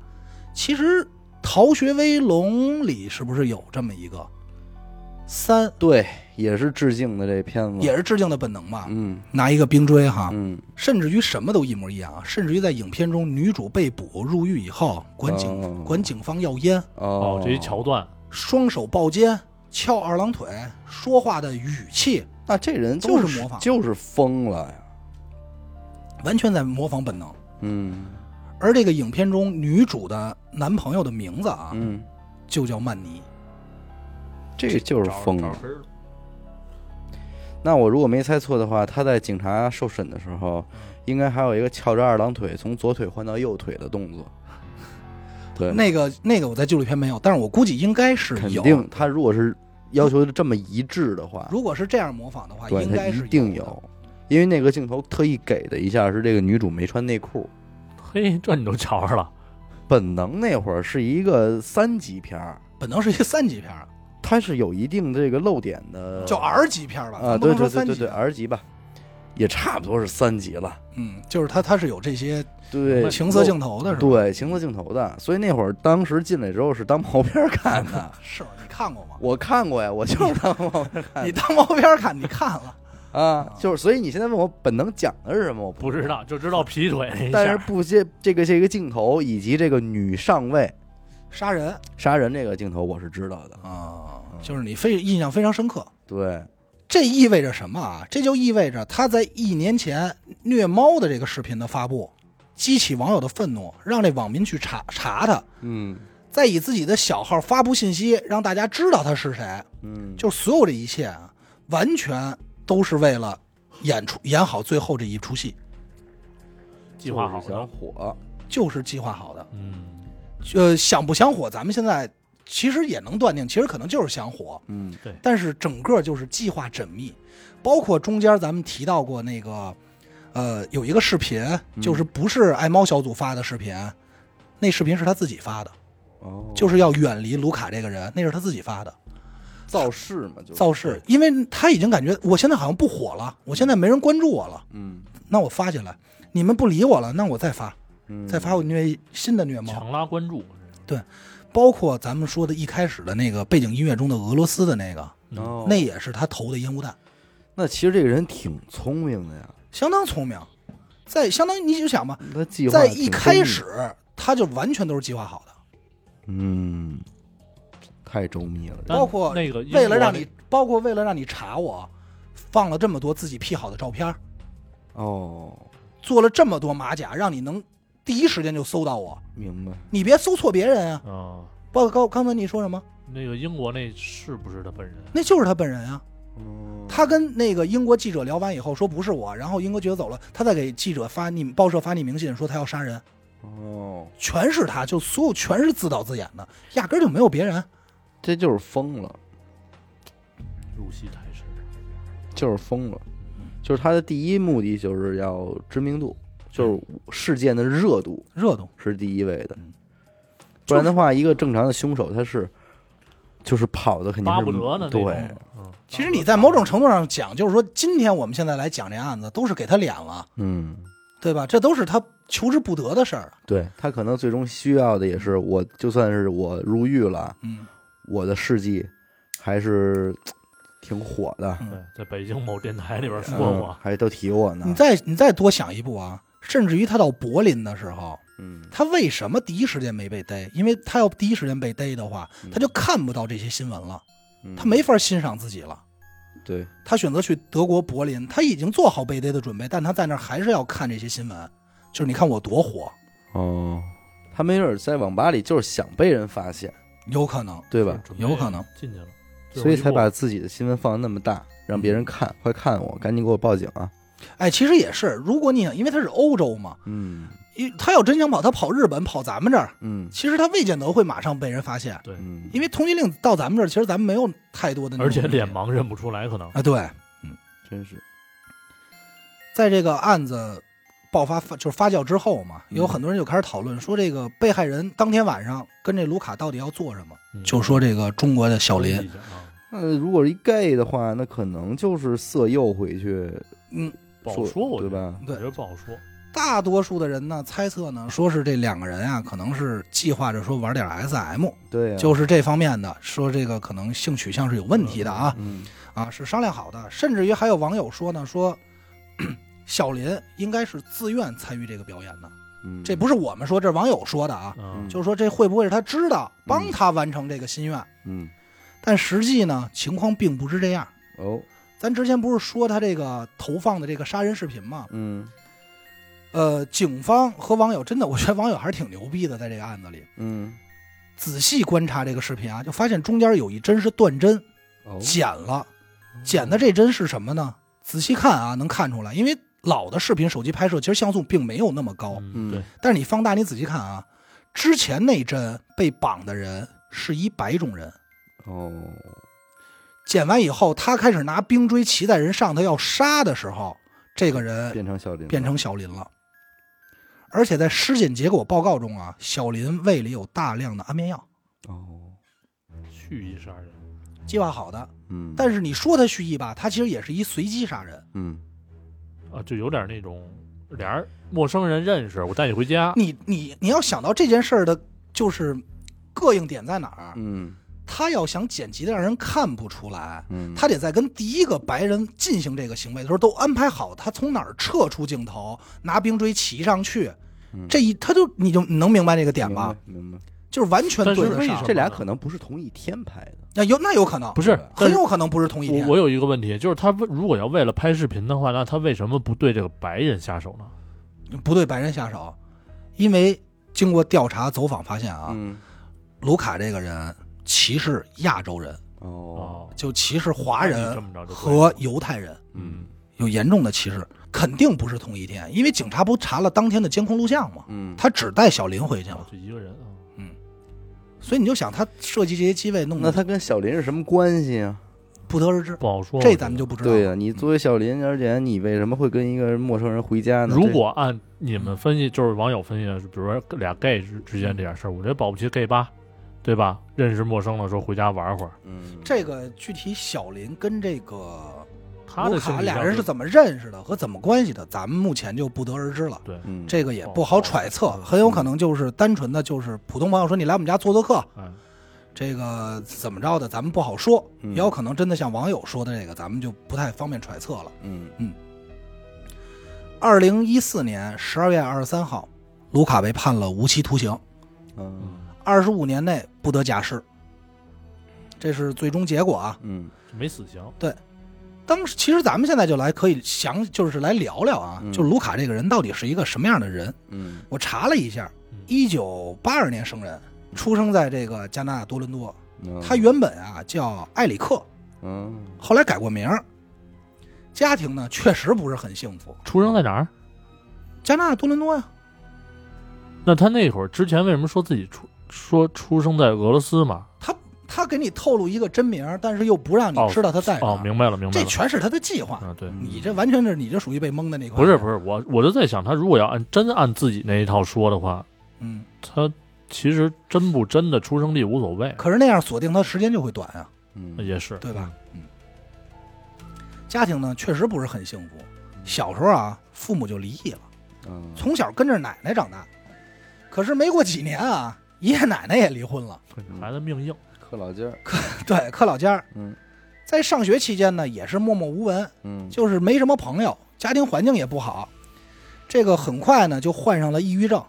其实《逃学威龙》里是不是有这么一个三，
对，也是致敬的这片子，
也是致敬的本能吧？
嗯
拿一个冰锥哈，
嗯
甚至于什么都一模一样啊！甚至于在影片中，女主被捕入狱以后，管警、
哦
管警方要烟，
哦
哦，这一桥段，
双手抱肩，翘二郎腿，说话的语气
那这人
就
就是是
模仿
就是疯了呀，
完全在模仿本能。
嗯
而这个影片中女主的男朋友的名字啊，
嗯，
就叫曼尼。
这就是
找
疯
找
了。
根儿了，
那我如果没猜错的话，他在警察受审的时候，
嗯
应该还有一个翘着二郎腿从左腿换到右腿的动
[LAUGHS]
作。对，
那个那个我在纪录片没有，但是我估计应该是
肯
有。
定他如果是要求这么一致的话，
如果是这样模仿的话，
对
应
他
该是
一定
有的。
有，因为那个镜头特意给的一下是这个女主没穿内裤。
嘿，这你都瞧着了，
本能那会儿是一个三级片儿，
本能是一个三级片儿，
它是有一定这个漏点的，
叫 R 级片儿吧？
呃啊，
咱不
对
能
对
说
对
三
对
级
对 R 级吧，也差不多是三级了，
嗯，就是它它是有这些
对，
情色
漏
镜头的是吧？。
对，情色镜头的，所以那会儿当时进来之后是当毛片儿看的
[LAUGHS] 是吗你看过吗？
我看过呀，我就是当毛
[LAUGHS]
片儿看
你
的
当毛片儿看，你看了，
啊，就是所以你现在问我本能讲的是什么，我
不
不
知，道就知道劈腿那一
但是
下，
不接这个这个镜头以及这个女上尉
杀人
杀人这个镜头我是知道的，
啊，就是你非印象非常深刻。
对，
这意味着什么啊？这就意味着他在一年前虐猫的这个视频的发布，激起网友的愤怒，让这网民去查查他，
嗯
再以自己的小号发布信息，让大家知道他是谁。
嗯，
就所有这一切啊，完全都是为了演出演好最后这一出戏，
计划好
就是想
的，
火，
就是计划好的。
嗯，
呃，想不想火，咱们现在其实也能断定，其实可能就是想火，
嗯
但是整个就是计划缜密，包括中间咱们提到过那个，呃，有一个视频，
嗯
就是不是爱猫小组发的视频，那视频是他自己发的，
哦，
就是要远离卢卡这个人，那是他自己发的。
造势嘛，就是
造势，，因为他已经感觉我现在好像不火了，我现在没人关注我了，
嗯
那我发起来，你们不理我了，那我再发，
嗯，
再发我虐新的虐猫，
强拉关注，
包括咱们说的一开始的那个背景音乐中的俄罗斯的那个，
哦
那也是他投的烟雾弹，
那其实这个人挺聪明的呀，
相当聪明，在相当于你就想吧，
他计划
在
挺
一开
周密
始，他就完全都是计划好的，
嗯，太周密了，
但
包括
那个英国
为了让
那
你，包括为了让你查我，放了这么多自己 P 好的照片，
哦，
做了这么多马甲，让你能第一时间就搜到我，
明白，
你别搜错别人啊！
嗯，
包括刚刚才你说什么，
那个英国那是不是他本人？
那就是他本人啊。
嗯，
他跟那个英国记者聊完以后说不是我，然后英国记者走了，他再给记者发匿报社发匿名信说他要杀人，
哦，
全是他，就所有全是自导自演的，压根儿就没有别人。
这就是疯了，
入戏太深，
就是疯了，就是他的第一目的就是要知名度，就是事件的热度
热度
是第一位的
嗯，
不然的话，一个正常的凶手他是就是跑的肯定
巴
是
不得呢。那种
对，，
嗯，
其实你在某种程度上讲，就是说今天我们现在来讲这案子，都是给他脸了，
嗯。
对吧？这都是他求之不得的事儿。
对他可能最终需要的也是，我就算是我入狱了，
嗯，
我的事迹还是挺火的，
嗯
对，在北京某电台里边说
嗯
过，
还都提我呢
你。再你再多想一步啊，甚至于他到柏林的时候，
嗯，
他为什么第一时间没被逮？因为他要第一时间被逮的话，他就看不到这些新闻了，
嗯
他没法欣赏自己了。
对，
他选择去德国柏林，他已经做好被逮的准备，但他在那儿还是要看这些新闻，就是你看我多火，
哦，他没准儿在网吧里就是想被人发现，
有可能，
对吧？
准备
有可能。
进去了，最
所
后
以
一
才
步
把自己的新闻放得那么大，让别人看，快看我，赶紧给我报警啊！
哎，其实也是，如果你想，因为他是欧洲嘛，
嗯
一他要真想跑，他跑日本，跑咱们这儿，
嗯
其实他未见得会马上被人发现，
对，
嗯，
因为通缉令到咱们这儿，其实咱们没有太多的那种，
而且脸盲认不出来，可能
啊，对，
真是，
在这个案子爆发发就是发酵之后嘛，有很多人就开始讨论说，这个被害人当天晚上跟这卢卡到底要做什么？
嗯
就说这个中国的小林，
啊
那如果是一 gay 的话，那可能就是色诱回去，
嗯，
不好说，我
对
觉得？
吧？
我觉得不好说，
大多数的人呢猜测呢，说是这两个人啊，可能是计划着说玩点 SM，
对呀，啊
就是这方面的，说这个可能性取向是有问题的啊
嗯
啊，是商量好的，甚至于还有网友说呢，说 [CLEARS THROAT] 小林应该是自愿参与这个表演的，
嗯，
这不是我们说，这是网友说的啊，
嗯
嗯
就是说这会不会是他知道帮他完成这个心愿？
嗯
但实际呢，情况并不是这样。
哦
咱之前不是说他这个投放的这个杀人视频吗？
嗯。
呃，警方和网友真的，我觉得网友还是挺牛逼的，在这个案子里
嗯，
仔细观察这个视频啊，就发现中间有一帧是断帧，
哦
剪了，剪的这帧是什么呢？仔细看啊，能看出来，因为老的视频手机拍摄其实像素并没有那么高，
嗯，对，
但是你放大你仔细看啊，之前那帧被绑的人是一白种人，
哦，
剪完以后，他开始拿冰锥骑在人上头要杀的时候，这个人
变成小林了，
变成小林了。而且在尸检结果报告中啊，小林胃里有大量的安眠药，
哦，
蓄意杀人，
计划好的。
嗯，
但是你说他蓄意吧，他其实也是一随机杀人。
嗯
啊，就有点那种俩人陌生人认识，我带你回家，
你你你要想到这件事儿的，就是膈应点在哪儿？
嗯
他要想剪辑的让人看不出来，
嗯，
他得在跟第一个白人进行这个行为的时候都安排好，他从哪儿撤出镜头，拿冰锥骑上去
嗯，
这一他就你就你能明白这个点
明
吧
白？明白，
就是完全
但是
对得
为
上
什。么
这俩可能不是同一天拍的，
那有那有可能
不是
很有可能不是同一
我
天。
我有一个问题，就是他为如果要为了拍视频的话，那他为什么不对这个白人下手呢？
不对白人下手，因为经过调查走访发现啊，
嗯，
卢卡这个人歧视亚洲人，
哦，
哦，
就歧视华
那你这
人
么着就对
和犹太人，
嗯
有严重的歧视，肯定不是同一天，因为警察不查了当天的监控录像吗？
嗯，
他只带小林回去
哦
了，
就一个人啊，
所以你就想他设计这些机位弄
那
得
他跟小林是什么关系啊？
不得而知，
不好说，
这咱们就不知道了。
对呀，你作为小林，而且你为什么会跟一个陌生人回家呢？
如果按你们分析，就是网友分析的，比如说俩 gay 之之间这点事儿，我觉得保不齐 gay 吧，对吧？认识陌生了，说回家玩会儿，
嗯，
这个具体小林跟这个
他
卢
的性
卡
格
俩人是怎么认识的和怎么关系的，咱们目前就不得而知了。
对，
嗯
这个也
哦
不好揣测，
哦
很有可能就是单纯的就是普通朋友说你来我们家做做客，
哎，
这个怎么着的咱们不好说，
嗯
也有可能真的像网友说的这个，咱们就不太方便揣测了。
嗯
二零一四年十二月二十三号，卢卡被判了无期徒刑，
嗯
二十五年内不得假释，这是最终结果啊。
嗯
没死刑，
当时其实咱们现在就来可以详，就是来聊聊啊，
嗯
就卢卡这个人到底是一个什么样的人？
嗯
我查了一下
嗯，
一九八二年生人，出生在这个加拿大多伦多。
嗯，
他原本啊叫埃里克，
嗯
后来改过名儿。家庭呢确实不是很幸福，
出生在哪儿？
加拿大多伦多呀、
那他那会儿之前为什么说自己出说出生在俄罗斯嘛？
他给你透露一个真名儿，但是又不让你知道他在哪儿。
哦，明白了，明白
哎这嗯
了。
全是他的计划。
啊，对，
你这完全是你这属于被蒙的那块。
不是不，是，我我就在想，他如果要按真按自己那一套说的话，
嗯，
他其实真不真的出生地无所谓，
可是那样锁定他时间就会短啊。
嗯
也是
对吧？嗯，家庭呢确实不是很幸福，小时候啊父母就离异了，
嗯
从小跟着奶奶长大，可是没过几年啊，爷爷奶奶也离婚
[LAUGHS]
了。
嗯
孩子命硬，
克老劲儿，
对，柯老尖儿
嗯
在上学期间呢也是默默无闻，
嗯
就是没什么朋友，家庭环境也不好，这个很快呢就患上了抑郁症。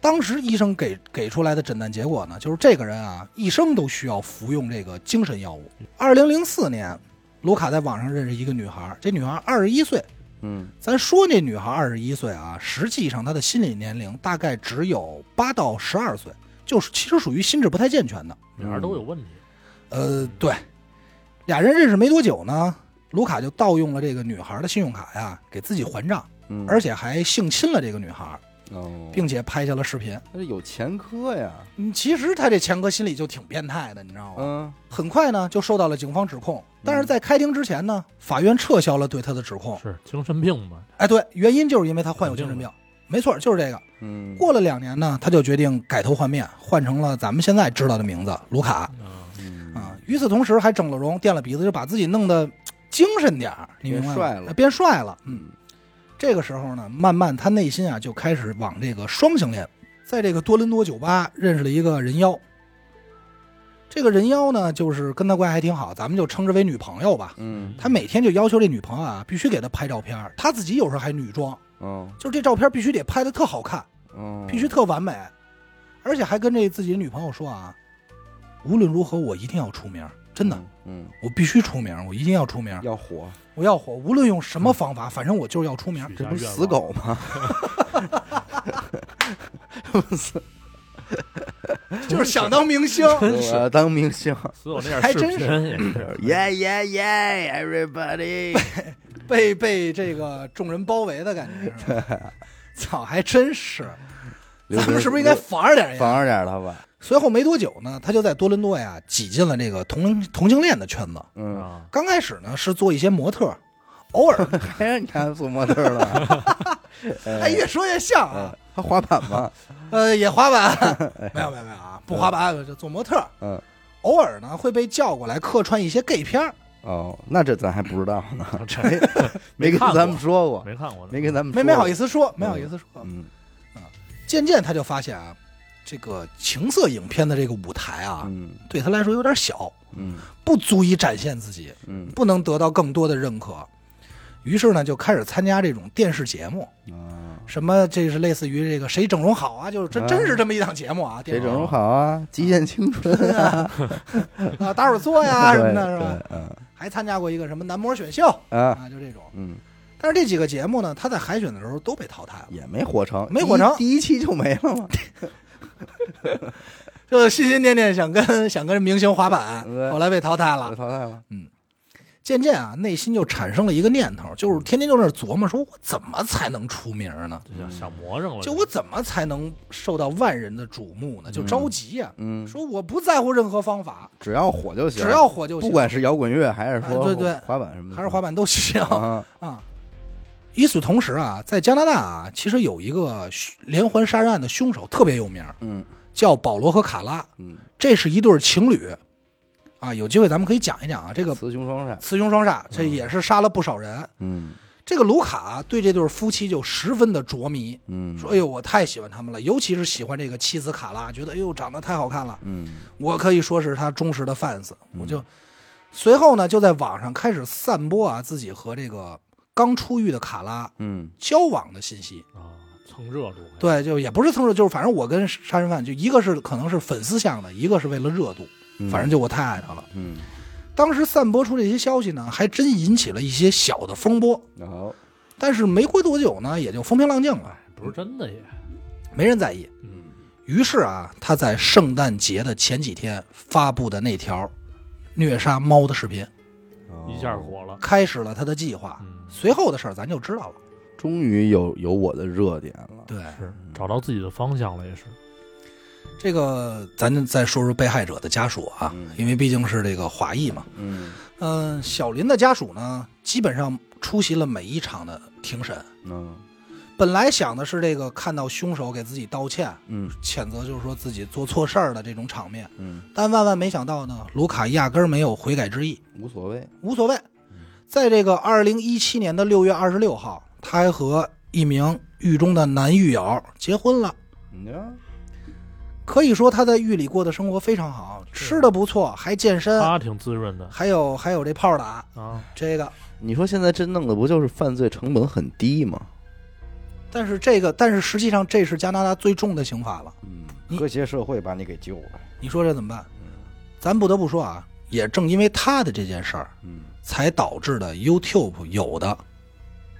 当时医生给给出来的诊断结果呢，就是这个人啊，一生都需要服用这个精神药物。二零零四年，卢卡在网上认识一个女孩，这女孩二十一岁。
嗯
咱说这女孩二十一岁啊，实际上她的心理年龄大概只有八到十二岁，就是其实属于心智不太健全的。
俩
嗯
人都有问题，
呃，对，俩人认识没多久呢，卢卡就盗用了这个女孩的信用卡呀，给自己还账，
嗯，
而且还性侵了这个女孩，
哦，
并且拍下了视频。
他是有前科呀，
嗯，其实他这前科心理就挺变态的，你知道吗？
嗯
很快呢就受到了警方指控，但是在开庭之前呢，法院撤销了对他的指控。
是精神病嘛？
哎，对，原因就是因为他患有精神病，没错，就是这个。
嗯，
过了两年呢，他就决定改头换面，换成了咱们现在知道的名字卢卡
啊，
嗯
啊。与此同时，还整了容、垫了鼻子，就把自己弄得嘖精神点儿，你明白
变
吗？
帅了
变帅了。嗯，这个时候呢，慢慢他内心啊就开始往这个双性恋，在这个多伦多酒吧认识了一个人妖。这个人妖呢，就是跟他关系还挺好，咱们就称之为女朋友吧。
嗯
他每天就要求这女朋友啊，必须给他拍照片儿，他自己有时候还女装，
哦
就是这照片必须得拍的特好看。
哦，
必须特完美，而且还跟这自己的女朋友说啊，无论如何我一定要出名，真的，
嗯，
我必须出名，我一定要出名
嗯，要火，
我要火，无论用什
嗯
么方法，反正我就是要出名。
许
这
下
不是
愿
死
望，
狗吗？
就是想当明星。
真
[LAUGHS]
是
我要当明 [LAUGHS] 星，
死狗那点
还
视
真
频
是
也是，哎
耶耶耶，everybody，
被被这个众人包围的感觉是
[LAUGHS]
吧？操，还真是，
[LAUGHS] 刘
咱们
德
是不是应该
刘
防着点呀？
防着点他吧？
随后没多久呢，他就在多伦多呀挤进了这个同龄同性恋的圈子。
[LAUGHS] 嗯，
啊，
刚开始呢是做一些模特，偶
[LAUGHS]
尔
还哎让你看做模特了？
[LAUGHS] 哎，越说越像啊
嗯，，他滑板吗？
呃，也
[LAUGHS]
滑板，没有没有没有啊，不滑板，就做模特儿。
哎嗯，
偶尔呢会被叫过来客串一些 gay 片儿，
哦，那这咱还不知道呢，
啊
这
没跟
看过
咱们说过，
没看过呢，
没跟咱们
没没好意
思，
思说，没好意思说。
嗯
渐渐他就发现啊，这个情色影片的这个舞台啊，
嗯
对他来说有点小，
嗯
不足以展现自己， [LAUGHS]
嗯
不能得到更多的认可。于是呢，就开始参加这种电视节目，
啊，
什么这是类似于这个谁整容好啊，就是真
啊
真是这么一档节目啊，
谁
电
整容好啊？极限青春啊，
啊打手
[LAUGHS]
作呀什么的，是吧？
对？对
还参加过一个什么男模选秀
嗯啊，
啊，就这种。
嗯，
但是这几个节目呢，他在海选的时候都被淘汰了。
也没火成，
没火成
第一第一期就没了
[LAUGHS]
嘛。
就心心念念想跟想跟明星滑板，
对
后来被淘汰
被
了。
淘汰了。
渐渐啊，内心就产生了一个念头，
嗯
就是天天就在那琢磨，说我怎么才能出名呢？
这想想魔怔了，
就我怎么才能受到万人的瞩目呢？就着急呀、
嗯，
说我不在乎任何方法，
只要火就行，
只要火就行，
不管是摇滚乐还是说
哎对对
滑板什么的，
还是滑板都行
[LAUGHS] 啊，
[LAUGHS] 啊。与此同时啊，在加拿大啊，其实有一个凶连环杀人案的凶手特别有名，
嗯
叫保罗和卡拉，
嗯，
这是一对儿情侣，啊，有机会咱们可以讲一讲啊，
[LAUGHS]
这个
雌雄双煞，
雌雄双煞，这也是杀了不少人。
嗯
这个卢卡对这对夫妻就十分的着迷，
嗯，
说：“哎呦，我太喜欢他们了，尤其是喜欢这个妻子卡拉，觉得哎呦长得太好看了，
嗯
我可以说是他忠实的 fans。”我就随后呢，就在网上开始散播啊自己和这个刚出狱的卡拉
嗯
交往的信息。
啊，蹭热度。，
对，就也不是蹭热，就是反正我跟杀人犯就一个是可能是粉丝向的，一个是为了热度，
嗯，
反正就我太爱他了。
嗯，
当时散播出这些消息呢，还真引起了一些小的风波，
然后
但是没过多久呢，也就风平浪静了，
不是真的也，
没人在意。
嗯
于是啊，他在圣诞节的前几天发布的那条虐杀猫的视频，
一下
哦
火了。
开始了他的计划。
嗯，
随后的事儿咱就知道了。
终于有有我的热点了。
对，
是找到自己的方向了，也是。
这个咱再说说被害者的家属啊，因为毕竟是这个华裔嘛。
嗯，
嗯、小林的家属呢，基本上出席了每一场的庭审。
嗯
本来想的是这个看到凶手给自己道歉，
嗯
谴责就是说自己做错事儿的这种场面，
嗯，
但万万没想到呢，卢卡压根儿没有悔改之意，
无所谓。
无所谓。在这个二零一七年的六月二十六号，他还和一名狱中的男狱友结婚了。
你这
可以说他在狱里过的生活非常好，
是
吃的不错，还健身，
他挺滋润的
还有还有这炮打
啊，
这个。
你说现在这弄的不就是犯罪成本很低吗？
但是这个，但是实际上这是加拿大最重的刑罚了。
嗯，
你
和谐社会把你给救了。
你说这怎么办？咱不得不说啊，也正因为他的这件事儿，
嗯
才导致的 YouTube 有的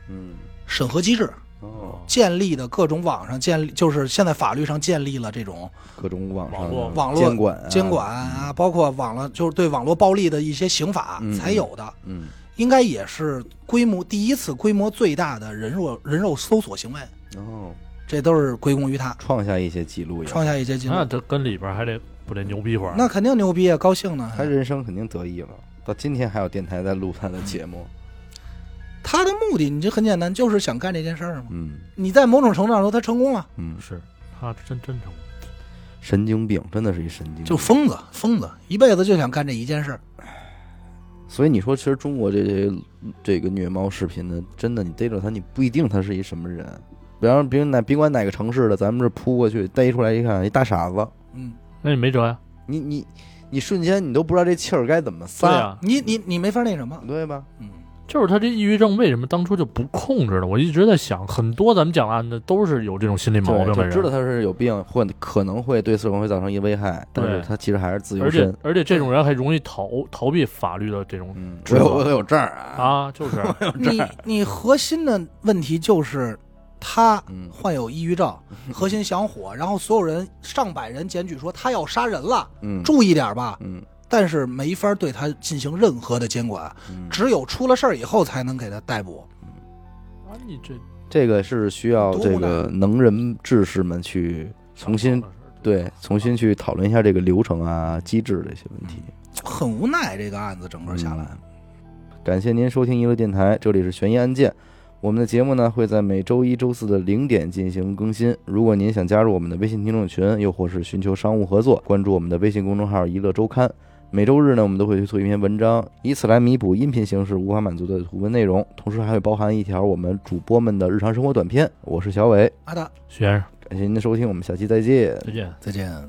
嗯，
审核机制，
哦，
建立的各种网上建立，就是现在法律上建立了这种
各种网上
网络
的
网络
监管啊
监管。啊，包括网络就是对网络暴力的一些刑法
嗯
才有的，
嗯，
应该也是规模第一次规模最大的人肉人肉搜索行为，
然后
这都是归功于他
创下一些记录也，
创下一些记录。
那这跟里边还得不得牛逼会儿？
那肯定牛逼啊，高兴呢。
他人生肯定得意了。到今天还有电台在录他的节目。
他的目的，你这很简单，就是想干这件事儿嘛。
嗯
你在某种程度上说他成功了，
嗯，
是他真真成功。
神经病，真的是一神经病。
就疯子，疯子一辈子就想干这一件事儿。
所以你说，其实中国这些这个虐猫视频的，真的你逮着他，你不一定他是一什么人。比方说别人哪甭管哪个城市的，咱们这扑过去逮出来一看，一大傻子，
嗯，
那你没辙呀？
你你你瞬间你都不知道这气儿该怎么
对啊
撒，
呀、
你你你没法那什么，
对吧？
嗯，
就是他这抑郁症为什么当初就不控制呢？我一直在想，很多咱们讲的案子都是有这种心理毛病
对，
的
就
人，
知道他是有病，或可能会对社会会造成一危害，但是
对
他其实还是自由
而且
身。
而且这种人还容易逃逃避法律的这种
嗯，
知
我
道
有我有证儿啊，[LAUGHS]
啊，就是
你你核心的问题就是他
嗯
患有抑郁症，核心想火，然后所有人上百人检举说他要杀人了，
嗯
注意点儿吧。
嗯
但是没法对他进行任何的监管，
嗯，
只有出了事儿以后才能给他逮捕。
啊，你这
这个是需要
多
这
无奈
个能人志士们去重新对重新去讨论一下这个流程啊、机制这些问题。
很无奈，这个案子整个嗯下来，
嗯感谢您收听娱乐电台，这里是悬疑案件。我们的节目呢会在每周一周四的零点进行更新。如果您想加入我们的微信听众群，又或是寻求商务合作，关注我们的微信公众号“娱乐周刊”。每周日呢，我们都会推出一篇文章，以此来弥补音频形式无法满足的图文内容，同时还会包含一条我们主播们的日常生活短片。我是小伟，
阿达，
徐先生
感谢您的收听，我们下期再见。
再见。
再见。